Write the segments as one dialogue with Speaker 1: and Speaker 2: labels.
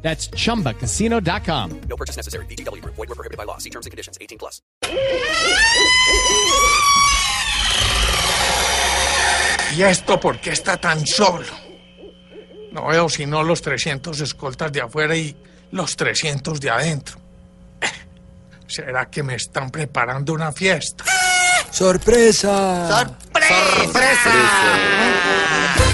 Speaker 1: That's chumbacasino.com.
Speaker 2: No purchase necessary. BGW. Void were prohibited by law. See terms and conditions. 18 plus.
Speaker 3: ¿Y esto por qué está tan solo? No veo sino los 300 escoltas de afuera y los 300 de adentro. ¿Será que me están preparando una fiesta?
Speaker 4: ¡Sorpresa!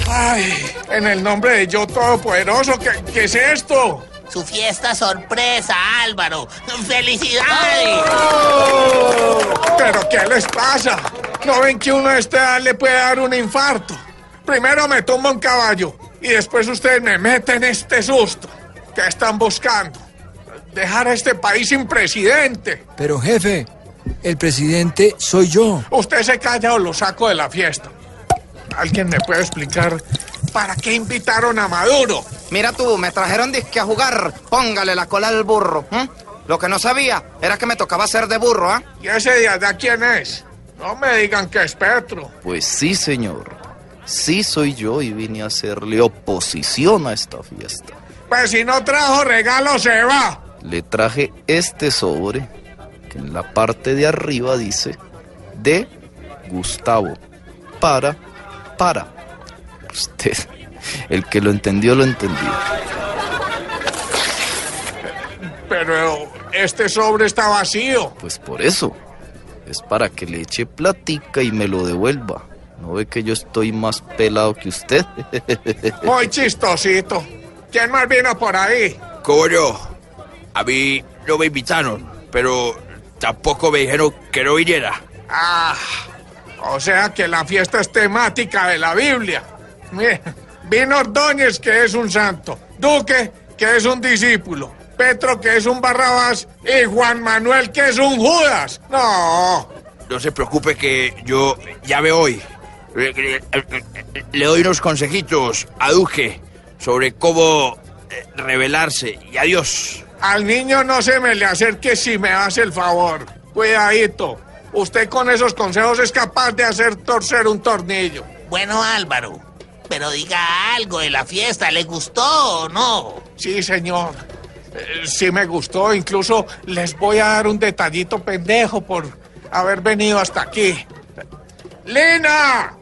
Speaker 3: ¡Ay! En el nombre de yo todopoderoso, ¿qué, qué es esto?
Speaker 5: Su fiesta sorpresa, Álvaro. ¡Felicidades!
Speaker 3: ¿Pero qué les pasa? ¿No ven que uno a esta edad le puede dar un infarto? Primero me tumba un caballo y después ustedes me meten este susto. ¿Qué están buscando? Dejar a este país sin presidente.
Speaker 4: Pero jefe, el presidente soy yo.
Speaker 3: Usted se calla o lo saco de la fiesta. ¿Alguien me puede explicar para qué invitaron a Maduro?
Speaker 6: Mira tú, me trajeron disque a jugar. Póngale la cola al burro. ¿m? Lo que no sabía era que me tocaba ser de burro, ¿ah?
Speaker 3: ¿Y ese de allá quién es? No me digan que es Petro.
Speaker 7: Pues sí, señor. Sí soy yo y vine a hacerle oposición a esta fiesta.
Speaker 3: Pues si no trajo regalo se va.
Speaker 7: Le traje este sobre que en la parte de arriba dice de Gustavo. Para, para. Usted, el que lo entendió, lo entendió.
Speaker 3: Pero este sobre está vacío.
Speaker 7: Pues por eso. Es para que le eche platica y me lo devuelva. ¿No ve que yo estoy más pelado que usted?
Speaker 3: Muy chistosito. ¿Quién más vino por ahí?
Speaker 8: Cobro, a mí no me invitaron, pero tampoco me dijeron que no viniera.
Speaker 3: Ah, o sea que la fiesta es temática de la Biblia. Mire, vino Ordóñez, que es un santo, Duque, que es un discípulo, Petro, que es un Barrabás, y Juan Manuel, que es un Judas. No,
Speaker 8: No se preocupe que yo ya me voy. Le doy unos consejitos a Duque sobre cómo eh, rebelarse. Y adiós.
Speaker 3: al niño no se me le acerque si me hace el favor. Cuidadito, usted con esos consejos es capaz de hacer torcer un tornillo.
Speaker 5: Bueno, Álvaro, pero diga algo de la fiesta. ¿Le gustó o no?
Speaker 3: Sí, señor. Eh, sí me gustó. Incluso les voy a dar un detallito pendejo por haber venido hasta aquí. ¡Lina!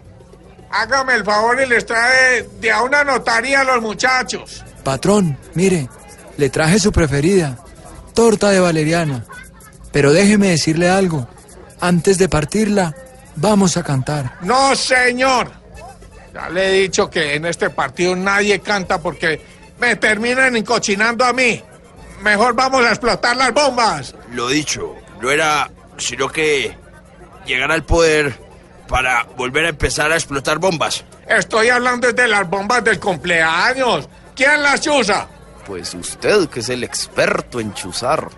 Speaker 3: Hágame el favor y les trae de a una notaría a los muchachos.
Speaker 4: Patrón, mire, le traje su preferida, torta de valeriana. Pero déjeme decirle algo. Antes de partirla, vamos a cantar.
Speaker 3: No, señor. Ya le he dicho que en este partido nadie canta porque me terminan encochinando a mí. Mejor vamos a explotar las bombas.
Speaker 8: Lo dicho, no era sino que llegar al poder para volver a empezar a explotar bombas.
Speaker 3: Estoy hablando es de las bombas del cumpleaños. ¿Quién las usa?
Speaker 7: Pues usted, que es el experto en chuzar.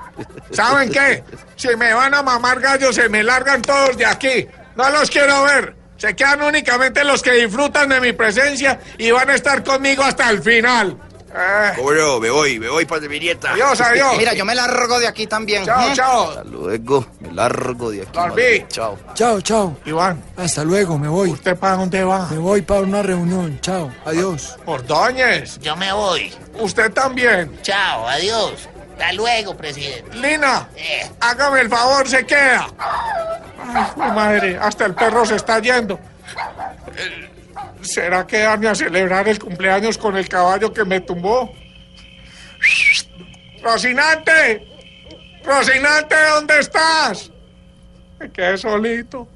Speaker 3: ¿Saben qué? Si me van a mamar gallos, se me largan todos de aquí. No los quiero ver. Se quedan únicamente los que disfrutan de mi presencia y van a estar conmigo hasta el final. Eh,
Speaker 8: Cobro, me voy, me voy para mi nieta.
Speaker 3: adiós, adiós.
Speaker 6: Mira, yo me largo de aquí también. ¿eh?
Speaker 3: Chao,
Speaker 7: ¿eh?
Speaker 6: ¿m?
Speaker 3: chao.
Speaker 7: Hasta luego, me largo de aquí.
Speaker 3: Barbie.
Speaker 7: madre. Chao.
Speaker 4: Chao, chao.
Speaker 3: Iván,
Speaker 4: Hasta luego, me voy.
Speaker 3: ¿usted para dónde va?
Speaker 4: Me voy para una reunión. Chao. Adiós.
Speaker 3: Ordóñez,
Speaker 5: Yo me voy.
Speaker 3: usted también.
Speaker 5: Chao, adiós. Hasta luego, presidente.
Speaker 3: Lina,
Speaker 5: Eh.
Speaker 3: hágame el favor, se queda. Ay, mi madre, hasta el perro se está yendo. Eh, ¿Será quedarme a celebrar el cumpleaños con el caballo que me tumbó? ¡Rocinante! ¡Rocinante, ¿dónde estás? Me quedé solito.